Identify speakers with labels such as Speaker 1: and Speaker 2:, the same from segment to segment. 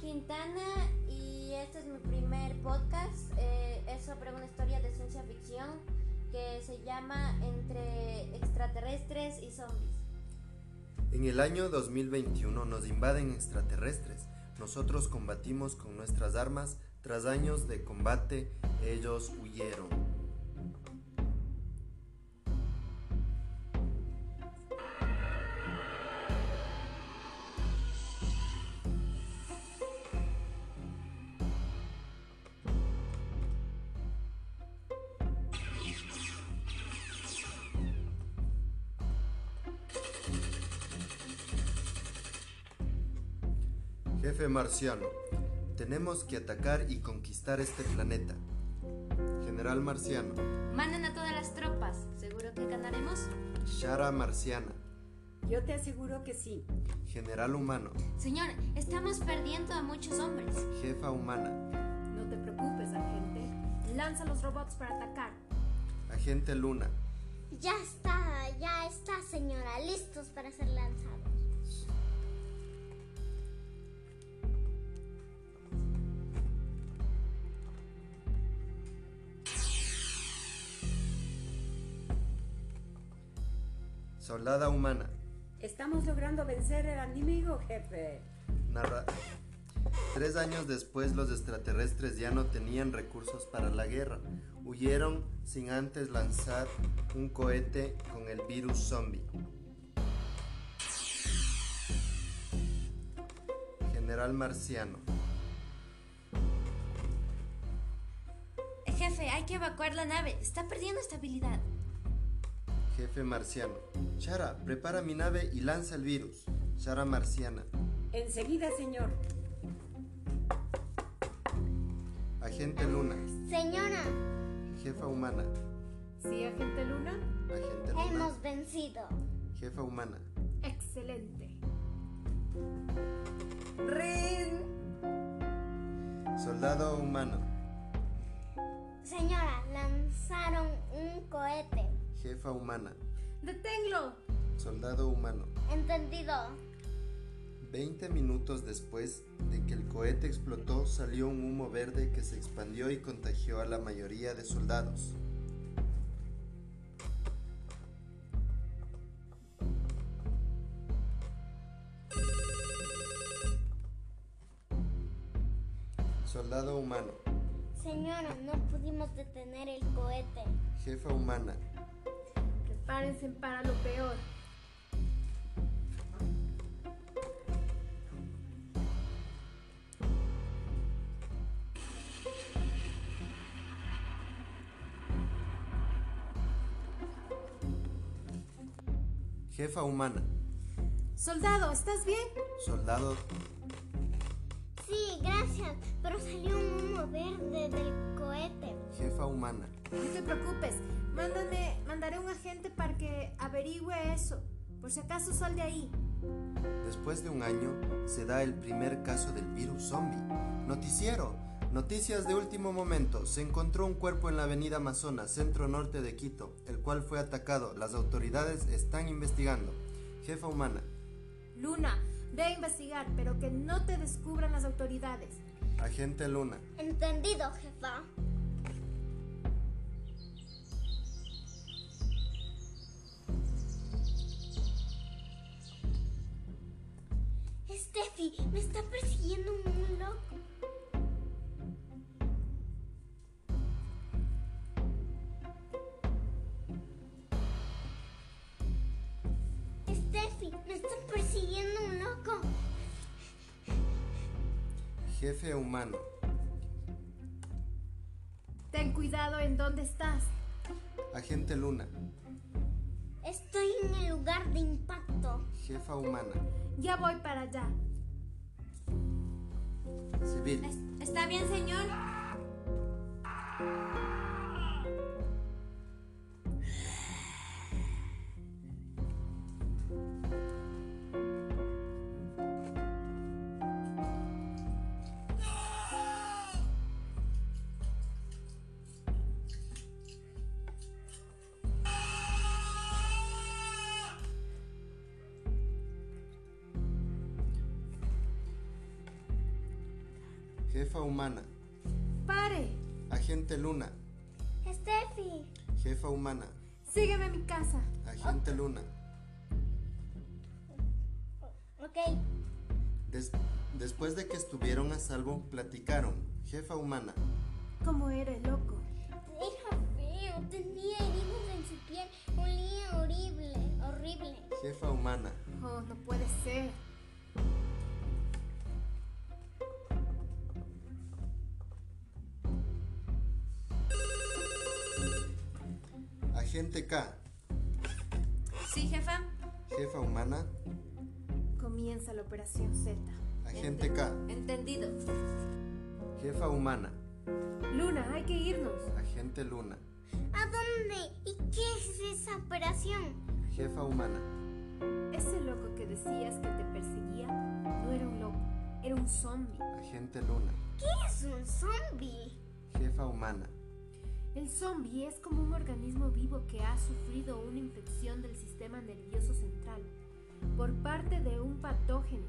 Speaker 1: Quintana y este es mi primer podcast. Eh, es sobre una historia de ciencia ficción que se llama Entre extraterrestres y zombies.
Speaker 2: En el año 2021 nos invaden extraterrestres. Nosotros combatimos con nuestras armas. Tras años de combate, ellos huyeron. Jefe Marciano, tenemos que atacar y conquistar este planeta. General Marciano,
Speaker 3: Manden a todas las tropas, seguro que ganaremos.
Speaker 2: Shara Marciana,
Speaker 4: Yo te aseguro que sí.
Speaker 2: General Humano,
Speaker 3: Señor, estamos perdiendo a muchos hombres.
Speaker 2: Jefa Humana,
Speaker 4: No te preocupes, agente. Lanza los robots para atacar.
Speaker 2: Agente Luna,
Speaker 5: Ya está, ya está, señora. Listos para ser lanzados.
Speaker 2: Soldada Humana,
Speaker 4: Estamos logrando vencer al enemigo, jefe.
Speaker 2: narra... Tres años después los extraterrestres ya no tenían recursos para la guerra. Huyeron sin antes lanzar un cohete con el virus zombie. General Marciano,
Speaker 3: Jefe, hay que evacuar la nave. Está perdiendo estabilidad.
Speaker 2: Jefe Marciano. Shara, prepara mi nave y lanza el virus. Shara Marciana.
Speaker 4: Enseguida, señor.
Speaker 2: Agente Luna.
Speaker 5: Señora,
Speaker 2: Jefa Humana.
Speaker 4: Sí, agente Luna.
Speaker 2: Agente Luna.
Speaker 5: hemos vencido.
Speaker 2: Jefa Humana.
Speaker 4: Excelente.
Speaker 2: Soldado Humano.
Speaker 5: Señora, lanzaron un cohete.
Speaker 2: Jefa Humana.
Speaker 4: ¡Deténlo!
Speaker 2: Soldado Humano.
Speaker 5: ¿Entendido?
Speaker 2: 20 minutos después de que el cohete explotó, salió un humo verde que se expandió y contagió a la mayoría de soldados. Soldado humano,
Speaker 5: Señora, no pudimos detener el cohete.
Speaker 2: jefa humana,
Speaker 4: Prepárense para lo peor.
Speaker 2: jefa humana,
Speaker 4: Soldado, ¿estás bien?
Speaker 2: soldado,
Speaker 5: Sí, gracias, pero salió un humo verde del cohete.
Speaker 2: jefa humana,
Speaker 6: No te preocupes, mándame, mandaré un agente para que averigüe eso, por si acaso sal de ahí.
Speaker 2: Después de un año se da el primer caso del virus zombie. Noticiero. Noticias de último momento. Se encontró un cuerpo en la avenida Amazonas, centro norte de Quito, el cual fue atacado. Las autoridades están investigando. Jefa humana.
Speaker 6: Luna, ve a investigar, pero que no te descubran las autoridades.
Speaker 2: Agente Luna.
Speaker 5: ¿Entendido, jefa? Steffi, me está persiguiendo un loco. Steffi, me está persiguiendo un loco.
Speaker 2: Jefe humano.
Speaker 6: Ten cuidado en dónde estás.
Speaker 2: Agente Luna.
Speaker 5: Estoy en el lugar de impacto.
Speaker 2: Jefa humana.
Speaker 6: Ya voy para allá.
Speaker 2: Civil.
Speaker 3: Es- ¿Está bien, señor?
Speaker 2: Jefa humana.
Speaker 6: ¡Pare!
Speaker 2: Agente Luna.
Speaker 5: Steffi,
Speaker 2: Jefa humana.
Speaker 6: Sígueme a mi casa.
Speaker 2: Agente Luna.
Speaker 5: ok,
Speaker 2: Des- después de que estuvieron a salvo, platicaron. Jefa humana.
Speaker 6: ¿Cómo era el loco?
Speaker 5: era feo, tenía heridas en su piel, olía horrible, horrible.
Speaker 2: Jefa humana.
Speaker 6: Oh, no puede ser.
Speaker 2: Agente K.
Speaker 3: Sí, jefa.
Speaker 2: Jefa humana.
Speaker 6: Comienza la operación Z.
Speaker 2: Agente K.
Speaker 3: Entendido.
Speaker 2: Jefa humana.
Speaker 6: Luna, hay que irnos.
Speaker 2: Agente Luna.
Speaker 5: ¿A dónde? ¿Y qué es esa operación?
Speaker 2: Jefa humana.
Speaker 6: Ese loco que decías que te perseguía no era un loco, era un zombie.
Speaker 2: Agente Luna.
Speaker 5: ¿Qué es un zombie?
Speaker 2: Jefa humana.
Speaker 6: El zombie es como un organismo vivo que ha sufrido una infección del sistema nervioso central por parte de un patógeno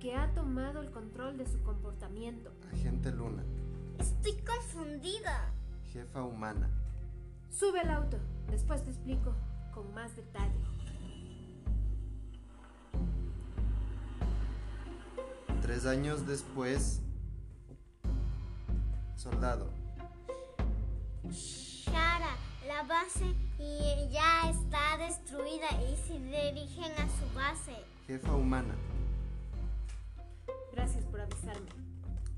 Speaker 6: que ha tomado el control de su comportamiento.
Speaker 2: Agente Luna.
Speaker 5: Estoy confundida.
Speaker 2: Jefa humana.
Speaker 6: Sube al auto, después te explico con más detalle.
Speaker 2: Tres años después. Soldado.
Speaker 5: Shara, la base y ya está destruida y se dirigen a su base.
Speaker 2: Jefa humana.
Speaker 6: Gracias por avisarme.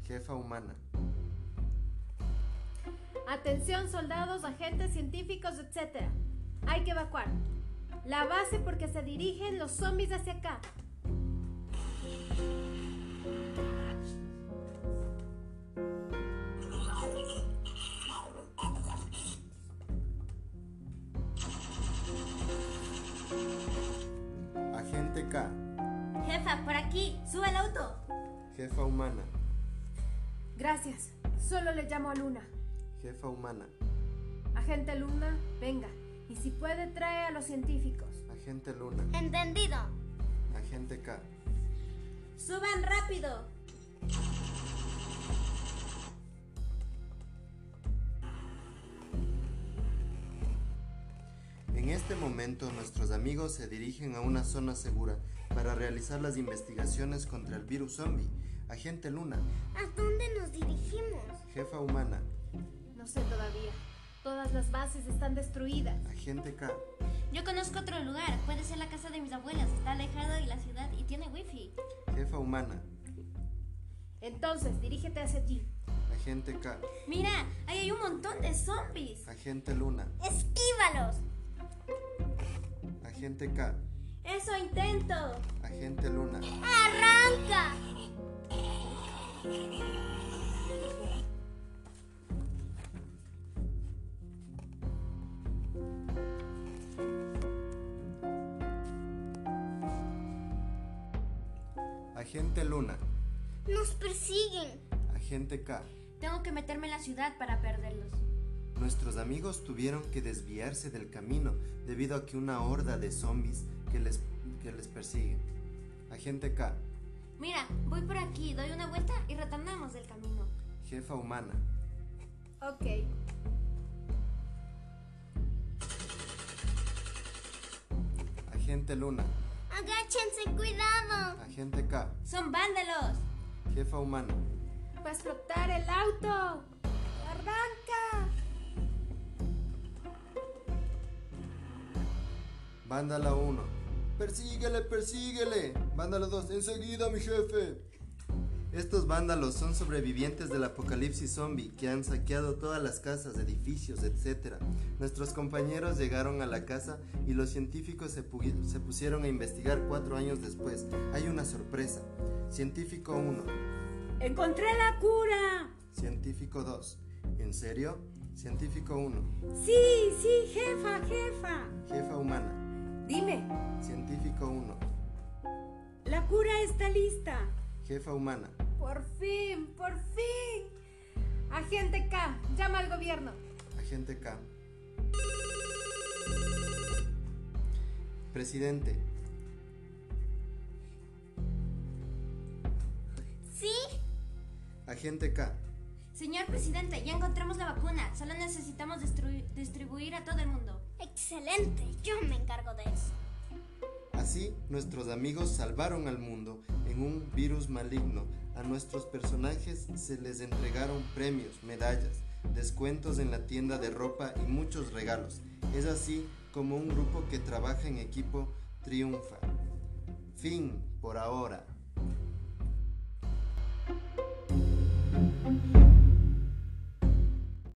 Speaker 2: Jefa humana.
Speaker 6: Atención soldados, agentes científicos, etc. Hay que evacuar. La base porque se dirigen los zombies hacia acá.
Speaker 2: Agente K.
Speaker 3: Jefa, por aquí. Sube al auto.
Speaker 2: Jefa humana.
Speaker 6: Gracias. Solo le llamo a Luna.
Speaker 2: Jefa humana.
Speaker 6: Agente Luna, venga. Y si puede, trae a los científicos.
Speaker 2: Agente Luna.
Speaker 5: ¿Entendido?
Speaker 2: Agente K.
Speaker 3: Suban rápido.
Speaker 2: En este momento nuestros amigos se dirigen a una zona segura para realizar las investigaciones contra el virus zombie. Agente Luna,
Speaker 5: ¿A dónde nos dirigimos?
Speaker 2: jefa humana,
Speaker 6: No sé todavía. Todas las bases están destruidas.
Speaker 2: agente K,
Speaker 3: Yo conozco otro lugar. Puede ser la casa de mis abuelas. Está alejado de la ciudad y tiene wifi.
Speaker 2: jefa humana,
Speaker 6: Entonces, dirígete hacia allí.
Speaker 2: agente K,
Speaker 3: Mira, ahí hay un montón de zombies.
Speaker 2: agente Luna,
Speaker 5: ¡Esquívalos!
Speaker 2: agente K,
Speaker 3: Eso intento.
Speaker 2: agente Luna,
Speaker 5: ¡Arranca!
Speaker 2: agente Luna,
Speaker 5: Nos persiguen.
Speaker 2: agente K.
Speaker 3: Tengo que meterme en la ciudad para perderlos.
Speaker 2: Nuestros amigos tuvieron que desviarse del camino debido a que una horda de zombies que les, que les persigue. Agente K,
Speaker 3: Mira, voy por aquí, doy una vuelta y retornamos del camino.
Speaker 2: jefa humana,
Speaker 6: Ok.
Speaker 2: agente Luna,
Speaker 5: Agáchense, cuidado.
Speaker 2: agente K,
Speaker 3: ¡Son vándalos!
Speaker 2: jefa humana.
Speaker 6: ¡Va a explotar el auto! ¡Arranca!
Speaker 2: Vándala 1. Persíguele, persíguele. Vándala 2. Enseguida, mi jefe. Estos vándalos son sobrevivientes del apocalipsis zombie que han saqueado todas las casas, edificios, etc. Nuestros compañeros llegaron a la casa y los científicos se, pu- se pusieron a investigar cuatro años después. Hay una sorpresa. Científico 1.
Speaker 4: Encontré la cura.
Speaker 2: Científico 2. ¿En serio? Científico 1.
Speaker 4: Sí, sí, jefa, jefa.
Speaker 2: Jefa humana.
Speaker 4: Dime,
Speaker 2: Científico 1.
Speaker 4: la cura está lista.
Speaker 2: Jefa humana.
Speaker 6: ¡Por fin! ¡Por fin! Agente K, llama al gobierno.
Speaker 2: Agente K. Presidente,
Speaker 5: ¿Sí?
Speaker 2: agente K.
Speaker 3: Señor presidente, ya encontramos la vacuna. Solo necesitamos destrui- distribuir a todo el mundo.
Speaker 5: Excelente, yo me encargo de eso.
Speaker 2: Así, nuestros amigos salvaron al mundo en un virus maligno. A nuestros personajes se les entregaron premios, medallas, descuentos en la tienda de ropa y muchos regalos. Es así como un grupo que trabaja en equipo triunfa. Fin por ahora.